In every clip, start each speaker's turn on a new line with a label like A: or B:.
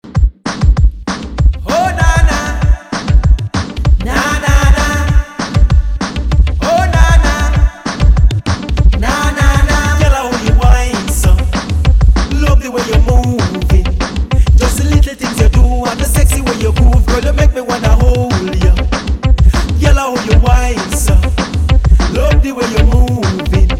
A: Oh, Oh, you and the sexy way you groove, girl, you make me wanna hold you. Girl, I hold you wine, so love the way you move it.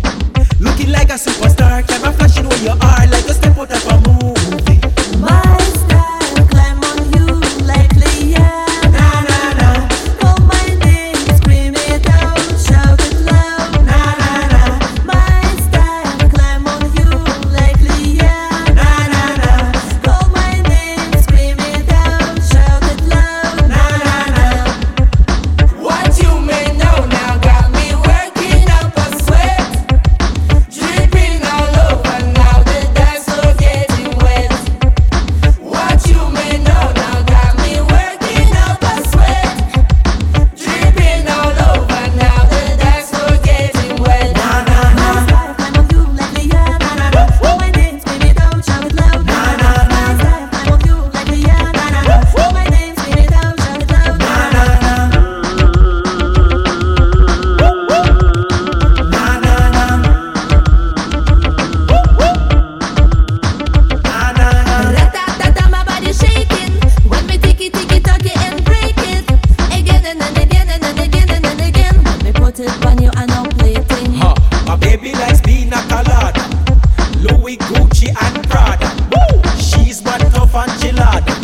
A: Looking like a superstar, camera flashing where you are, like a step out of a movie.
B: My style, climb on you like Leanna.
A: Na na na,
B: Call my name, scream it out, shout it loud.
A: na na na,
B: My style, climb on you like Leanna.
A: na na na,
B: Call my name, scream it out, shout it loud.
A: na na na.
C: What you may know now got me working up a sweat, dripping all over. Now the dance floor getting wet. What you may know now got me working up a sweat, dripping all over. Now the dance floor getting wet.
A: Na na na,
B: My style, climb on you like Leanna. Call my name, scream it out, shout it loud. My style, climb on you like Leanna. Call my name, scream it out, shout it loud.
A: na na na. Na na na. Na na na.
B: Ra-ta-ta-ta, my body shaking. When we ticky ticky tacky and break it again and, and again and, and again and, and again. When we put it on you and I'm plating.
A: Huh, my baby likes pina colada, Louis Gucci and Prada. She's one tough and chillada.